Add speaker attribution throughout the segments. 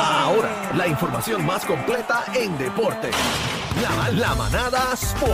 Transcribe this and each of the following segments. Speaker 1: Ahora, la información más completa en deporte. La, la manada Sport.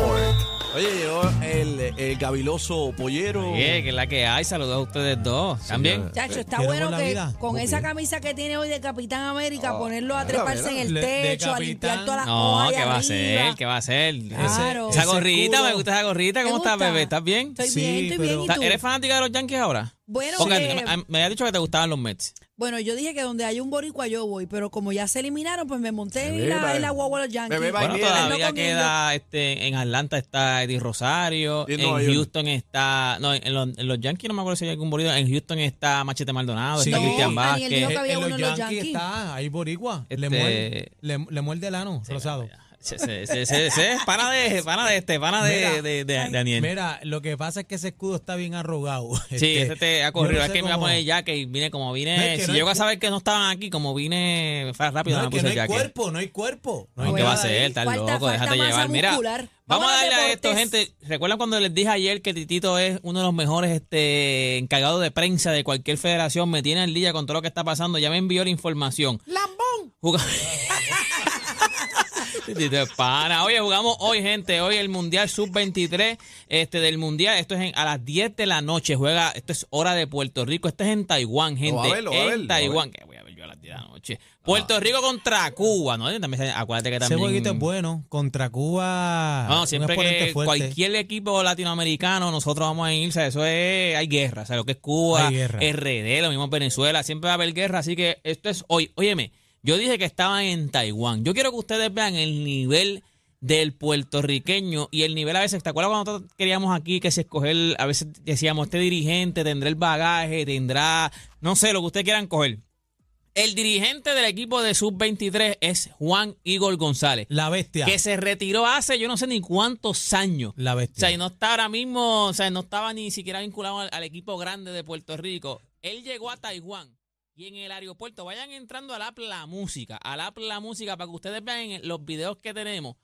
Speaker 2: Oye, llegó el, el gaviloso pollero.
Speaker 3: Oye, que es la que hay. Saludos a ustedes dos. También.
Speaker 4: Chacho, está
Speaker 2: Queremos
Speaker 4: bueno
Speaker 2: la
Speaker 4: que
Speaker 2: vida,
Speaker 4: con
Speaker 2: papi.
Speaker 4: esa camisa que tiene hoy de Capitán América, ponerlo a treparse en el
Speaker 2: le- de
Speaker 4: techo, a limpiar
Speaker 2: capitán.
Speaker 4: todas las
Speaker 3: Ah. No,
Speaker 4: cosas.
Speaker 3: ¿qué va a ser? ¿Qué va a ser?
Speaker 4: Oh, Claro.
Speaker 3: Esa
Speaker 2: Ese
Speaker 3: gorrita,
Speaker 2: escudo.
Speaker 3: me gusta esa gorrita. ¿Cómo estás, bebé? ¿Estás bien?
Speaker 4: Estoy
Speaker 2: Sí,
Speaker 4: bien, estoy bien.
Speaker 2: pero-
Speaker 4: ¿Y
Speaker 3: ¿Estás-
Speaker 4: tú?
Speaker 3: ¿Eres fanática de los Yankees ahora?
Speaker 4: Bueno,
Speaker 3: Porque
Speaker 4: eh,
Speaker 3: me, me había dicho que te gustaban los Mets.
Speaker 2: Pues
Speaker 4: bueno, yo dije que donde hay un boricua yo voy, pero como ya se eliminaron, pues me monté en
Speaker 1: Bebé,
Speaker 4: la,
Speaker 1: bye.
Speaker 3: eh.
Speaker 4: en la guagua de los Yankees.
Speaker 1: Bebé, bye.
Speaker 3: Bueno,
Speaker 1: Ay, mira,
Speaker 3: todavía
Speaker 4: ando comiendo.
Speaker 3: queda este, en Atlanta está Eddie Rosario,
Speaker 1: Y en
Speaker 3: en,
Speaker 1: Nueva York.
Speaker 3: Houston está, no, en los, en los Yankees no me acuerdo si hay algún bolido, en Houston está Machete Maldonado,
Speaker 2: Sí.
Speaker 3: está
Speaker 2: No,
Speaker 3: Cristian
Speaker 4: Daniel
Speaker 3: Vázquez.
Speaker 4: dijo que había
Speaker 2: Eh, en
Speaker 4: uno
Speaker 2: los
Speaker 4: en los
Speaker 2: Yankees,
Speaker 4: Yankees.
Speaker 2: está, ahí boricua. Le,
Speaker 3: Este-
Speaker 2: muerde, le, le muerde el ano, rosado.
Speaker 3: Ese- ese- ese- ese- ese es pana de, pana de este, pana de,
Speaker 2: Mira.
Speaker 3: de, de- de Daniel.
Speaker 2: Mira, lo que pasa es que ese escudo está bien arrogado.
Speaker 3: Sí, ese te ha corrido.
Speaker 2: Este, yo no sé
Speaker 3: es que me iba a
Speaker 2: cómo-
Speaker 3: poner jaque y vine como
Speaker 2: No,
Speaker 3: vine.
Speaker 2: es que
Speaker 3: si
Speaker 2: no hay
Speaker 3: llego a
Speaker 2: cu-
Speaker 3: saber que no estaban aquí, como vine fast rápido,
Speaker 2: No, es
Speaker 3: no, me
Speaker 2: que
Speaker 3: puse
Speaker 2: no hay
Speaker 3: jaque.
Speaker 2: cuerpo, no hay cuerpo. No hay
Speaker 3: No,
Speaker 4: Bueno,
Speaker 3: ¿Qué va a
Speaker 2: nada.
Speaker 3: ser? Estás
Speaker 4: falta-
Speaker 3: loco,
Speaker 4: falta
Speaker 3: déjate
Speaker 4: masa
Speaker 3: llevar. Mira,
Speaker 4: muscular.
Speaker 3: vamos
Speaker 4: Vamos
Speaker 3: a
Speaker 4: a
Speaker 3: darle a esto,
Speaker 4: deportes.
Speaker 3: gente. ¿Recuerdan cuando les dije ayer que Titito es uno de los mejores este, encargados de prensa de cualquier federación? Me tiene al día con todo lo que está pasando. Ya me envió la información.
Speaker 4: ¡Lambón!
Speaker 3: Juga- Tito es pana. Oye, jugamos hoy, gente. Hoy el Mundial Sub-23 este, del Mundial. Esto es en- a las 10 de la noche. Juega, esto es hora de Puerto Rico. Esto es en Taiwán, gente.
Speaker 1: va a ver, lo va a
Speaker 3: en
Speaker 1: ver, lo va a
Speaker 3: Taiwán. Que voy a ver yo a las 10 de la noche. Puerto Rico contra Cuba. ¿no? También, acuérdate que
Speaker 2: Ese
Speaker 3: también...
Speaker 2: jueguito es bueno. Contra Cuba.
Speaker 3: No,
Speaker 2: un
Speaker 3: siempre
Speaker 2: exponente
Speaker 3: que
Speaker 2: fuerte.
Speaker 3: cualquier equipo latinoamericano, nosotros vamos a ir, o sea, eso es, hay guerra, o sea, lo que es Cuba,
Speaker 2: Hay guerra.
Speaker 3: RD, lo mismo en Venezuela, siempre va a haber guerra, así que esto es hoy. Óyeme, yo dije que estaban en Taiwán, yo quiero que ustedes vean el nivel del puertorriqueño y el nivel a veces, ¿te acuerdas cuando nosotros queríamos aquí que se escoger, a veces decíamos, este dirigente tendrá el bagaje, tendrá, no sé, lo que ustedes quieran coger? El dirigente del equipo de sub-23 es Juan Igor González
Speaker 2: La bestia.
Speaker 3: que se retiró hace yo no sé ni cuántos años.
Speaker 2: La
Speaker 3: O sea, y
Speaker 2: bestia.
Speaker 3: no está ahora mismo, o sea, no estaba ni siquiera vinculado al, al equipo grande de Puerto Rico. Él llegó a Taiwán y en el aeropuerto, vayan entrando al app La Música, al app La Música para que ustedes vean en los videos que tenemos.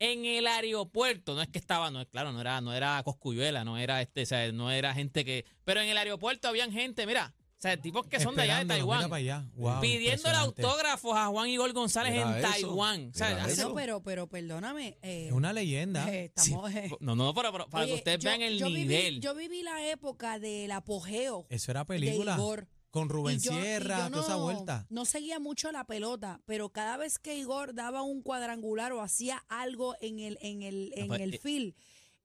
Speaker 3: En el aeropuerto, no es que estaba, no es claro, no era, no era Coscuyuela, no era este, o sea, no era gente que. Pero en el aeropuerto habían gente, mira, o sea, tipos que son de allá de
Speaker 2: Esperándolo,
Speaker 3: Taiwán.
Speaker 2: mira para allá. Wow,
Speaker 3: pidiéndole
Speaker 2: impresionante.
Speaker 3: autógrafos a Juan Igor González
Speaker 1: Mira
Speaker 3: en
Speaker 1: eso,
Speaker 3: Taiwán. O sea,
Speaker 1: mira
Speaker 3: hace-
Speaker 1: eso.
Speaker 4: No, pero, pero perdóname. eh,
Speaker 2: Es una leyenda.
Speaker 4: eh, estamos, eh,
Speaker 3: No, no, pero, pero para
Speaker 4: oye,
Speaker 3: que ustedes
Speaker 4: yo-
Speaker 3: vean el
Speaker 4: yo viví-
Speaker 3: nivel.
Speaker 4: yo viví la época del apogeo
Speaker 2: Eso era
Speaker 4: de
Speaker 2: película.
Speaker 4: Igor.
Speaker 2: Con Rubén
Speaker 4: Y yo- y
Speaker 2: Sierra,
Speaker 4: yo
Speaker 2: toda esa vuelta.
Speaker 4: No seguía mucho la pelota, pero cada vez que Igor daba un cuadrangular o hacía algo en el, en el, en
Speaker 3: pues,
Speaker 4: el
Speaker 3: eh,
Speaker 4: field,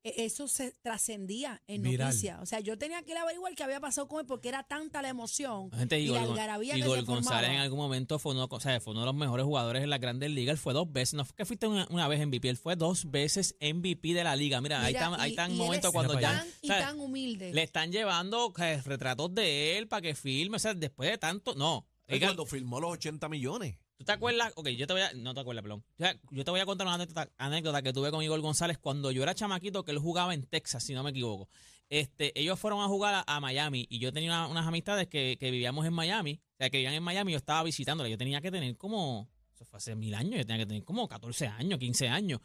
Speaker 4: e- eso se trascendía en
Speaker 2: Viral.
Speaker 4: noticias. O sea, yo tenía que ir a averiguar qué había pasado con él porque era tanta la emoción
Speaker 3: La gente de
Speaker 4: y
Speaker 3: Igor,
Speaker 4: la
Speaker 3: Gon-
Speaker 4: algarabía que
Speaker 3: Igor
Speaker 4: se
Speaker 3: González en
Speaker 4: formaba.
Speaker 3: algún momento fue uno, o sea, fue uno de los mejores jugadores en las grandes ligas. Él fue dos veces, no fue que fuiste una, una vez MVP, él fue dos veces MVP de la liga. Mira, ahí
Speaker 4: Mira,
Speaker 3: están, ahí
Speaker 4: y-
Speaker 3: están
Speaker 4: y él
Speaker 3: momentos
Speaker 4: es
Speaker 3: cuando
Speaker 2: Mira
Speaker 3: ya.
Speaker 2: para
Speaker 4: Tan, y
Speaker 3: ¿sabes?
Speaker 4: tan humilde.
Speaker 3: le están llevando o sea, retratos de él para que filme. O sea, después de tanto, no.
Speaker 5: Es
Speaker 3: Oigan,
Speaker 5: cuando firmó los 80 millones.
Speaker 3: ¿Tú te acuerdas? Ok, yo te voy a. No te acuerdas, perdón. O sea, yo te voy a contar una anécdota, anécdota que tuve con Igor González cuando yo era chamaquito, que él jugaba en Texas, si no me equivoco. Este, ellos fueron a jugar a, a Miami y yo tenía una- unas amistades que, que vivíamos en Miami. O sea, que vivían en Miami, yo estaba visitándola. Yo tenía que tener como. Eso fue hace mil años, yo tenía que tener como 14 años, 15 años.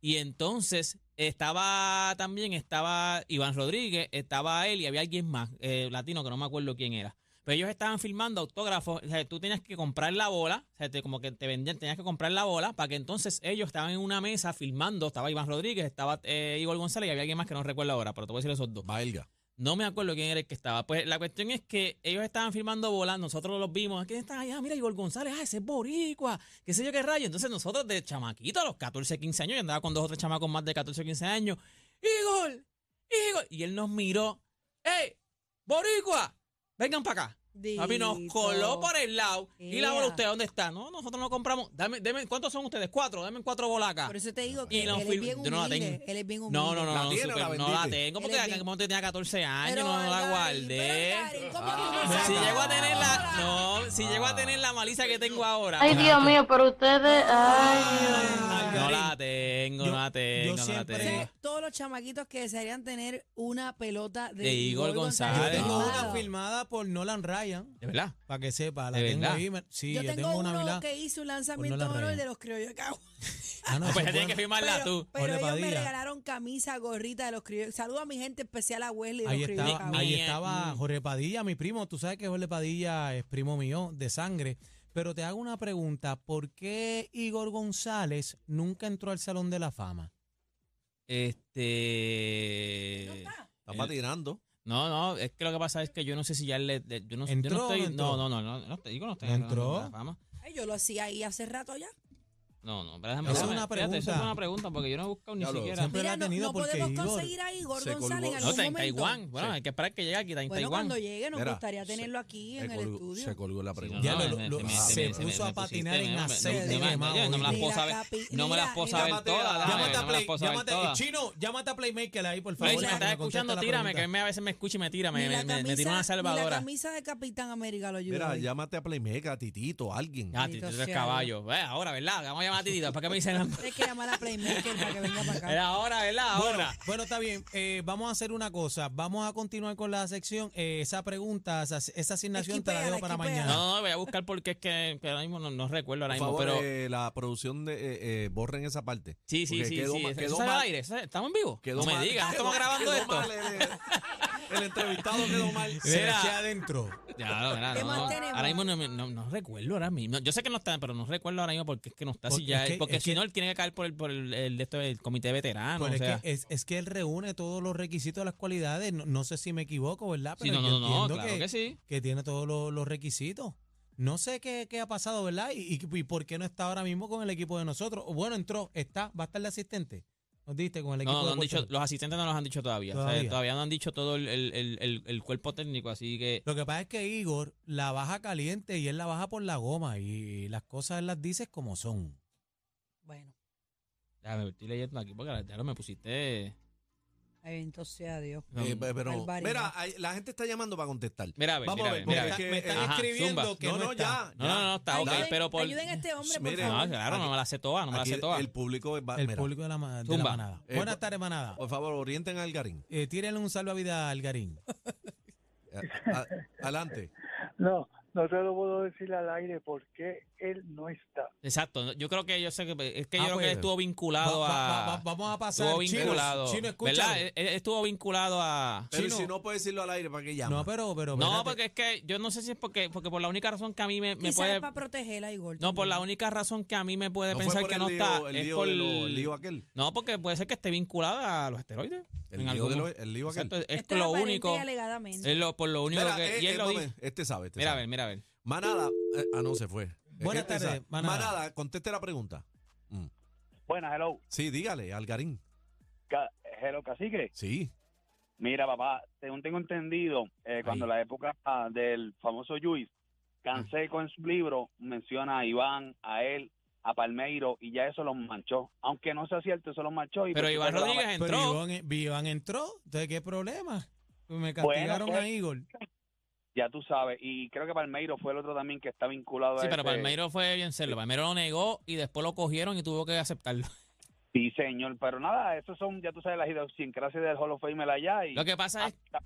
Speaker 3: Y entonces estaba también, estaba Iván Rodríguez, estaba él y había alguien más, eh, latino, que no me acuerdo quién era. Pero ellos estaban filmando autógrafos. O sea, tú tenías que comprar la bola. O sea, te- como que te vendían, tenías que comprar la bola para que entonces ellos estaban en una mesa filmando. Estaba Iván Rodríguez, estaba eh, Igor González y había alguien más que no recuerdo ahora, pero te voy a decir esos dos.
Speaker 5: Valga.
Speaker 3: No me acuerdo quién era el que estaba. Pues la cuestión es que ellos estaban filmando bolas, nosotros los vimos. ¿Quién está allá? Mira, Igor González, ah, ese es Boricua, qué sé yo qué rayo. Entonces nosotros de chamaquito a los 14, 15 años, yo andaba con dos o tres chamacos más de 14, 15 años. Igor, Igor. Y él nos miró, ¡Ey, Boricua! Vengan para acá. Papi, nos
Speaker 4: Dito.
Speaker 3: coló por el lado. ¿Y la bola
Speaker 4: Ea.
Speaker 3: usted dónde está? No, nosotros no compramos. Dame, deme- ¿Cuántos son ustedes? Cuatro. Dame cuatro bolacas.
Speaker 4: Por eso te digo
Speaker 3: Y
Speaker 4: que
Speaker 3: no
Speaker 4: él,
Speaker 3: fui-
Speaker 4: es bien
Speaker 3: yo no la
Speaker 4: humilde,
Speaker 3: tengo.
Speaker 4: él es bien humilde.
Speaker 3: No, no, no, no,
Speaker 1: ¿La tiene o
Speaker 3: super-
Speaker 1: la
Speaker 3: no la
Speaker 1: vendiste?
Speaker 3: tengo porque
Speaker 4: Él es
Speaker 3: la-
Speaker 4: bien-
Speaker 3: como tenía 14 años,
Speaker 4: Pero,
Speaker 3: no la
Speaker 4: Gary,
Speaker 3: guardé. Ah.
Speaker 4: pero, Gary, ¿cómo tú no
Speaker 3: Si
Speaker 4: sabes?
Speaker 3: llego a tener la, no, si llego a tener la malicia que tengo ahora.
Speaker 5: Ay, Dios mío, pero ustedes. Ay, Dios.
Speaker 3: No la tengo, no la
Speaker 6: Yo-
Speaker 3: tengo,
Speaker 6: yo
Speaker 3: no la
Speaker 6: siempre-
Speaker 4: O
Speaker 3: tengo.
Speaker 4: sea, todos los chamaquitos que desearían tener una pelota de,
Speaker 3: De Igor
Speaker 6: Yo
Speaker 3: González.
Speaker 6: tengo
Speaker 3: Ah.
Speaker 6: una firmada por Nolan Ryan,
Speaker 3: ¿De verdad?
Speaker 6: para que sepa. La
Speaker 3: ¿De
Speaker 6: tengo
Speaker 3: verdad?
Speaker 6: ahí. me- Sí,
Speaker 4: Yo
Speaker 6: yo,
Speaker 4: tengo
Speaker 6: una
Speaker 4: uno
Speaker 6: mirada.
Speaker 4: que hizo un lanzamiento
Speaker 6: Nolan
Speaker 4: de honor
Speaker 6: Ryan.
Speaker 4: de los criollos de Cagua.
Speaker 6: Ah, no,
Speaker 3: Pues
Speaker 6: eso es
Speaker 3: ya tienes
Speaker 6: bueno.
Speaker 3: que firmarla
Speaker 4: pero,
Speaker 3: tú.
Speaker 4: pero
Speaker 6: Ole
Speaker 4: ellos me
Speaker 6: Padilla.
Speaker 4: regalaron camisa, gorrita de los criollos. Saludo a mi gente especial, a Wesley de
Speaker 6: Ahí
Speaker 4: los criollos de
Speaker 6: estaba,
Speaker 4: Cagua.
Speaker 6: ahí
Speaker 3: Mi-
Speaker 6: estaba
Speaker 3: mm.
Speaker 6: Jorge Padilla, mi primo. Tú sabes que Jorge Padilla es primo mío de sangre. Pero te hago una pregunta. ¿Por qué Igor González nunca entró al Salón de la Fama?
Speaker 3: Este.
Speaker 1: Está patinando.
Speaker 3: No, no, es que lo que pasa es que yo no sé si ya le. le- Yo no, yo no
Speaker 6: ¿Entró o no
Speaker 3: estoy.
Speaker 6: entró?
Speaker 3: no, no, no, no, no te digo, no estoy
Speaker 6: ¿No
Speaker 3: en la-
Speaker 6: entró?
Speaker 3: en la fama.
Speaker 4: Ay, yo lo hacía ahí hace rato ya.
Speaker 3: No, no, pero déjame
Speaker 6: Esa es
Speaker 3: déjame-
Speaker 6: una
Speaker 3: espérate, esa es
Speaker 6: pregunta.
Speaker 3: una pregunta porque yo no he buscado ni
Speaker 1: Ya lo-
Speaker 3: siquiera.
Speaker 6: siempre la ha
Speaker 4: no,
Speaker 6: tenido
Speaker 4: no
Speaker 6: porque
Speaker 4: podemos
Speaker 6: Igor
Speaker 4: conseguir a Igor
Speaker 1: se colgó.
Speaker 4: González en algún
Speaker 3: No, está en
Speaker 4: momento.
Speaker 3: Taiwán. Bueno,
Speaker 1: Sí.
Speaker 3: hay que esperar que llegue aquí, está en
Speaker 4: Bueno,
Speaker 3: Taiwán.
Speaker 4: cuando llegue nos
Speaker 1: Mira,
Speaker 4: gustaría
Speaker 1: se-
Speaker 4: tenerlo aquí
Speaker 1: Se
Speaker 4: en el
Speaker 1: colgó- Se
Speaker 4: estudio.
Speaker 1: colgó la pregunta.
Speaker 6: Ya
Speaker 3: no,
Speaker 6: lo-
Speaker 3: no,
Speaker 6: lo-
Speaker 3: me- me-
Speaker 6: se
Speaker 3: me-
Speaker 6: puso
Speaker 3: me
Speaker 6: a patinar
Speaker 3: pusiste,
Speaker 6: en
Speaker 3: me- me-
Speaker 6: aceite
Speaker 3: no,
Speaker 4: de
Speaker 3: no, no, No me las
Speaker 6: mamá,
Speaker 3: puedo
Speaker 4: mira,
Speaker 3: saber.
Speaker 4: capi-
Speaker 3: No me las
Speaker 4: mira,
Speaker 3: puedo
Speaker 4: mira.
Speaker 3: saber todas. dame,
Speaker 6: Llámate
Speaker 3: No
Speaker 6: a
Speaker 3: me las
Speaker 6: Play,
Speaker 3: puedo saber
Speaker 6: llámate- eh,
Speaker 3: todas.
Speaker 6: Chino, llámate a Playmaker ahí, por favor.
Speaker 3: Luis, si
Speaker 6: para que
Speaker 3: me estás
Speaker 6: conteste
Speaker 3: escuchando,
Speaker 6: la
Speaker 3: tírame,
Speaker 6: pregunta.
Speaker 3: que me- a veces me escucha y me tira.
Speaker 4: Ni
Speaker 3: Me,
Speaker 4: la
Speaker 3: me, me
Speaker 4: camisa-
Speaker 3: tiró una
Speaker 4: Ni la
Speaker 3: salvadora.
Speaker 4: camisa de Capitán América lo ayudó.
Speaker 1: Mira,
Speaker 4: ahí.
Speaker 1: llámate a Playmaker, a Titito, a alguien.
Speaker 3: Ah, Tito
Speaker 4: Maldito
Speaker 3: es
Speaker 4: sea.
Speaker 3: caballo. Ve, ahora, ¿verdad? Vamos a llamar a Titito. ¿Para qué me dicen? la-
Speaker 4: Hay que llamar a Playmaker para que venga para acá.
Speaker 3: Era ahora, ¿verdad?
Speaker 6: Bueno,
Speaker 3: Ahora.
Speaker 6: bueno, está bien. Eh, vamos a hacer una cosa. Vamos a continuar con la sección. Eh, esa pregunta, esa, esa asignación te la
Speaker 4: Esquipéala,
Speaker 6: dejo para
Speaker 4: esquipéala.
Speaker 6: mañana.
Speaker 3: No, no, voy a buscar porque es que, que ahora mismo no, no recuerdo ahora
Speaker 1: Por
Speaker 3: mismo.
Speaker 1: favor,
Speaker 3: Pero
Speaker 1: eh, la producción de eh, eh, borren esa parte.
Speaker 3: sí, sí,
Speaker 1: porque
Speaker 3: sí.
Speaker 1: quedó
Speaker 3: sí,
Speaker 1: ma-
Speaker 3: ¿Eso
Speaker 1: quedó
Speaker 3: sale al
Speaker 1: mal.
Speaker 3: aire? ¿Eso- ¿Estamos en vivo?
Speaker 1: Quedó
Speaker 3: no me
Speaker 1: mal.
Speaker 3: digas,
Speaker 1: Quedó-
Speaker 3: estamos grabando
Speaker 1: quedó
Speaker 3: esto.
Speaker 1: mal el, el entrevistado quedó mal.
Speaker 6: Se
Speaker 3: Mira.
Speaker 6: eché adentro.
Speaker 3: Ya, no, mira,
Speaker 4: ¿Qué
Speaker 3: no,
Speaker 4: más
Speaker 3: no.
Speaker 4: tenemos?
Speaker 3: Ahora mismo no, me- no- no recuerdo ahora mismo. Yo sé que no está, pero no recuerdo ahora mismo porque es que no está. si
Speaker 6: Porque
Speaker 3: ya-
Speaker 6: es que-
Speaker 3: porque
Speaker 6: es
Speaker 3: si
Speaker 6: que-
Speaker 3: no, él tiene que caer por el, por el, el de esto, el comité de
Speaker 6: Pues
Speaker 3: veteranos. Ah, o
Speaker 6: es,
Speaker 3: sea.
Speaker 6: que, es, es que él reúne todos los requisitos, las cualidades. No, no sé si me equivoco, ¿verdad?
Speaker 3: Sí, no,
Speaker 6: yo
Speaker 3: no, no,
Speaker 6: entiendo
Speaker 3: claro que sí.
Speaker 6: que tiene todos los, los requisitos. No sé qué, qué ha pasado, ¿verdad? Y, y- y por qué no está ahora mismo con el equipo de nosotros. O Bueno, entró, está, va a estar de asistente. Nos diste con el
Speaker 3: No,
Speaker 6: equipo
Speaker 3: no,
Speaker 6: de
Speaker 3: no han
Speaker 6: Puerto
Speaker 3: dicho,
Speaker 6: Rico.
Speaker 3: los asistentes no los han dicho todavía. O sea, Todavía,
Speaker 6: Todavía.
Speaker 3: no han dicho todo el, el- el- el- el cuerpo técnico, así que.
Speaker 6: Lo que pasa es que Igor la baja caliente y él la baja por la goma y las cosas él las dices como son.
Speaker 4: Bueno,
Speaker 3: Déjame ver, estoy leyendo aquí porque ya lo me pusiste.
Speaker 4: entonces sea Dios.
Speaker 3: no,
Speaker 1: Eh, pe- pero,
Speaker 4: Barbaridad.
Speaker 1: mira, ahí- la gente está llamando para contestar.
Speaker 3: Mira, a ver,
Speaker 1: Vamos
Speaker 3: mira,
Speaker 1: a
Speaker 3: a
Speaker 1: ver.
Speaker 3: ver, mira,
Speaker 1: porque
Speaker 3: a
Speaker 1: es que,
Speaker 6: me, me
Speaker 1: eh,
Speaker 6: están
Speaker 3: ajá,
Speaker 6: escribiendo
Speaker 3: zumba.
Speaker 6: que
Speaker 1: no,
Speaker 6: no,
Speaker 1: no,
Speaker 6: está.
Speaker 1: ya.
Speaker 3: no, no, no, está ok,
Speaker 4: ayuden,
Speaker 3: pero por. ah,
Speaker 4: ayuden a este hombre, por
Speaker 1: Mire,
Speaker 4: favor.
Speaker 3: No, claro, no me la sé toda, no me la
Speaker 1: Aquí
Speaker 3: sé toda.
Speaker 1: el público es... va-
Speaker 6: El
Speaker 1: Ah, mira,
Speaker 6: público de la, ma- de la
Speaker 3: Zumba.
Speaker 6: manada.
Speaker 1: Eh,
Speaker 6: Buenas
Speaker 1: por-
Speaker 6: tardes, manada.
Speaker 1: Por favor, orienten al Garín.
Speaker 6: Eh, tírenle un salve a vida al Garín.
Speaker 1: Eh, A- a- Adelante.
Speaker 7: No, no te lo puedo decir al aire porque él no está.
Speaker 3: Exacto, yo creo que yo sé que. Es que yo
Speaker 6: Ah,
Speaker 3: creo que
Speaker 6: pues.
Speaker 3: estuvo
Speaker 1: Ah,
Speaker 3: vinculado
Speaker 6: Va- va-
Speaker 3: a.
Speaker 6: va- vamos a pasar.
Speaker 3: Estuvo
Speaker 6: chino,
Speaker 3: vinculado.
Speaker 6: Chino, escúchalo.
Speaker 3: ¿Verdad? Él- él Estuvo vinculado a.
Speaker 1: Eh, Pero
Speaker 6: Chino.
Speaker 1: si no puede decirlo al aire, ¿para qué llama?
Speaker 6: No, pero, pero.
Speaker 3: No,
Speaker 6: espérate.
Speaker 3: porque es que yo no sé si es porque, porque por la única razón que a mí me, me
Speaker 4: Quizás
Speaker 3: puede.
Speaker 4: es para protegerla, Igor.
Speaker 3: No, por la
Speaker 4: también.
Speaker 3: única razón que a mí me puede
Speaker 1: Mm. No fue
Speaker 3: pensar
Speaker 1: por
Speaker 3: que
Speaker 1: el
Speaker 3: no
Speaker 1: lío-
Speaker 3: está.
Speaker 1: el
Speaker 3: es
Speaker 1: lío
Speaker 3: por
Speaker 1: de lo- el lío aquel.
Speaker 3: No, porque puede ser que esté vinculada a los esteroides.
Speaker 1: El
Speaker 3: en
Speaker 1: lío
Speaker 3: algún
Speaker 1: de lo-
Speaker 3: momento.
Speaker 1: el lío aquel.
Speaker 3: Exacto, Es
Speaker 4: Esto es
Speaker 3: lo
Speaker 4: aparente
Speaker 3: único.
Speaker 4: y alegadamente.
Speaker 3: Es lo, por lo único
Speaker 1: Mira,
Speaker 3: que.
Speaker 1: eh,
Speaker 3: y él
Speaker 1: eh,
Speaker 3: lo
Speaker 1: mame,
Speaker 3: dijo.
Speaker 1: Este sabe, este
Speaker 3: Mira a
Speaker 1: sabe.
Speaker 3: ver, mira a ver.
Speaker 1: Manada. eh, ah, no, se fue.
Speaker 6: Buenas
Speaker 1: Este
Speaker 6: tardes,
Speaker 1: sabe.
Speaker 6: manada.
Speaker 1: Manada, conteste la pregunta. Mm.
Speaker 7: Buenas, hello.
Speaker 1: Sí, dígale, Algarín.
Speaker 7: Ca- hello, cacique.
Speaker 1: Sí.
Speaker 7: Mira, papá, según tengo entendido, eh, cuando la época ah, del famoso Luis, Canseco en su libro menciona a Iván, a él, a Palmeiro, y ya eso los manchó. Aunque no sea cierto, eso los manchó. Y pues,
Speaker 3: Pero
Speaker 7: por
Speaker 3: Iván
Speaker 7: supuesto, la-
Speaker 3: Rodríguez
Speaker 6: Pero
Speaker 3: entró.
Speaker 6: Iván, Iván entró. Entonces, ¿qué problema? Me castigaron
Speaker 7: pues.
Speaker 6: a Igor.
Speaker 7: Ya tú sabes. Y creo que Palmeiro fue el otro también que está vinculado
Speaker 3: Sí,
Speaker 7: a
Speaker 3: pero
Speaker 7: ese-
Speaker 3: Palmeiro fue bien serlo. Palmeiro lo negó y después lo cogieron y tuvo que aceptarlo.
Speaker 7: Sí, señor. Pero nada, esos son, ya tú sabes, las idiosincrasias del Hall of Fame allá. Y
Speaker 3: Lo que pasa es
Speaker 7: Ah,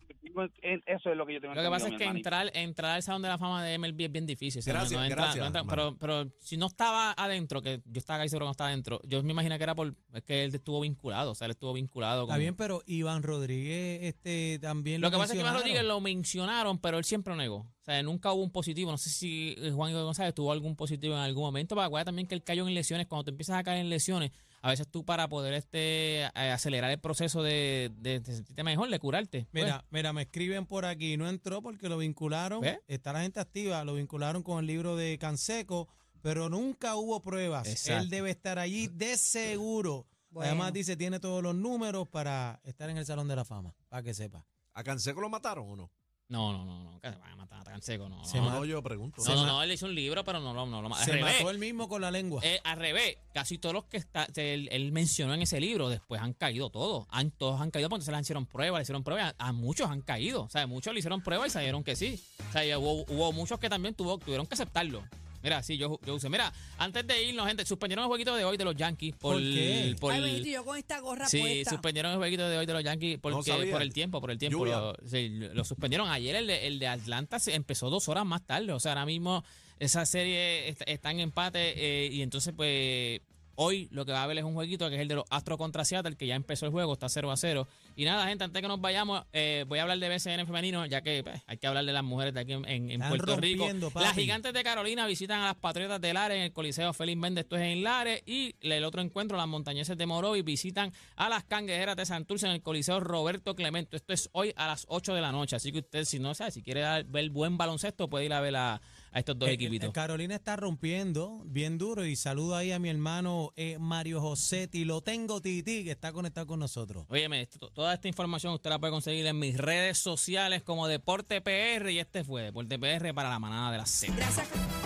Speaker 7: en- eso es lo que yo tengo
Speaker 3: Lo que pasa es
Speaker 7: entendido,
Speaker 3: que
Speaker 7: mi hermanito.
Speaker 3: entrar, entrar al salón de la fama de MLB es bien difícil. o sea,
Speaker 1: Gracias,
Speaker 3: no entra-
Speaker 1: gracias,
Speaker 3: no entra-
Speaker 1: hermano.
Speaker 3: pero, pero si no estaba adentro, que yo estaba casi seguro que no estaba adentro, yo me imagino que era por. Es que él estuvo vinculado, o sea, él estuvo vinculado.
Speaker 6: Está
Speaker 3: con-
Speaker 6: bien, pues, pero Iván Rodríguez este, también
Speaker 3: Lo que pasa es que Iván
Speaker 6: mencionaron.
Speaker 3: Rodríguez lo mencionaron, pero él siempre lo negó. O sea, nunca hubo un positivo. No sé si eh, Juan Igor González tuvo algún positivo en algún momento, pero acuérdate también que él cayó en lesiones. Cuando te empiezas a caer en lesiones, a veces tú para poder este eh, acelerar el proceso de, de, de sentirte mejor, de curarte. pues.
Speaker 6: Mira, mira, me escriben por aquí, no entró porque lo vincularon,
Speaker 3: ¿Ve?
Speaker 6: está la gente activa, lo vincularon con el libro de Canseco, pero nunca hubo pruebas.
Speaker 3: Exacto.
Speaker 6: Él debe estar allí de seguro.
Speaker 4: Bueno.
Speaker 6: Además dice, tiene todos los números para estar en el Salón de la Fama, para que sepa.
Speaker 1: ¿A Canseco lo mataron o no?
Speaker 3: No, no, no, no. Que se van a matar tan seco, no.
Speaker 6: Se
Speaker 3: no,
Speaker 6: ma-
Speaker 3: no,
Speaker 2: No, yo pregunto.
Speaker 3: no, no, no, él hizo un libro, pero no lo no, no, al
Speaker 6: Se
Speaker 3: revés.
Speaker 6: mató él mismo con la lengua.
Speaker 3: Eh, al revés, casi todos los que está, él, él mencionó en ese libro, después han caído todos. Han, todos han caído porque se les hicieron pruebas, le hicieron pruebas. A, a muchos han caído. O sea, muchos le hicieron pruebas y sabieron que sí. O sea, y hubo, hubo muchos que también tuvo, tuvieron que aceptarlo. Mira, sí, yo, yo usé. Mira, antes de irnos, gente, suspendieron el jueguito de hoy de los Yankees por,
Speaker 6: ¿Por qué?
Speaker 3: por-
Speaker 4: Ay, Benito, y yo con esta gorra
Speaker 3: Sí,
Speaker 4: puesta.
Speaker 3: suspendieron el jueguito de hoy de los Yankees porque,
Speaker 2: sabía.
Speaker 3: por el tiempo, por el tiempo.
Speaker 2: Lluvia.
Speaker 3: Lo, sí, lo suspendieron. Ayer el de, el de Atlanta se empezó dos horas más tarde. O sea, ahora mismo esa serie est- está, en empate eh, y entonces pues hoy lo que va a haber es un jueguito que es el de los Astros contra Seattle que ya empezó el juego, está 0 a 0. Y nada, gente, antes que nos vayamos, eh, voy a hablar de BCN femenino ya que pues, hay que hablar de las mujeres de aquí en, en- en
Speaker 6: Están
Speaker 3: Puerto Rico.
Speaker 6: rompiendo, papi.
Speaker 3: Las gigantes de Carolina visitan a las Patriotas de Lares en el Coliseo Félix Méndez, esto es en Lares. Y el otro encuentro, las Montañeses de Morovis visitan a las Cangrejeras de Santurce en el Coliseo Roberto Clemente. Esto es hoy a las 8 de la noche. Así que usted, si no sabe, si quiere dar- ver buen baloncesto, puede ir a ver a, a estos dos
Speaker 6: Eh,
Speaker 3: equipitos.
Speaker 6: eh, Carolina está rompiendo bien duro y saludo ahí a mi hermano eh, Mario Josetti. Lo tengo, Titi, que está conectado con nosotros.
Speaker 3: Óyeme, esto- toda esta información usted la puede conseguir en mis redes sociales como Deporte PR. Y este fue Deporte PR para la manada de las Z.
Speaker 4: Gracias.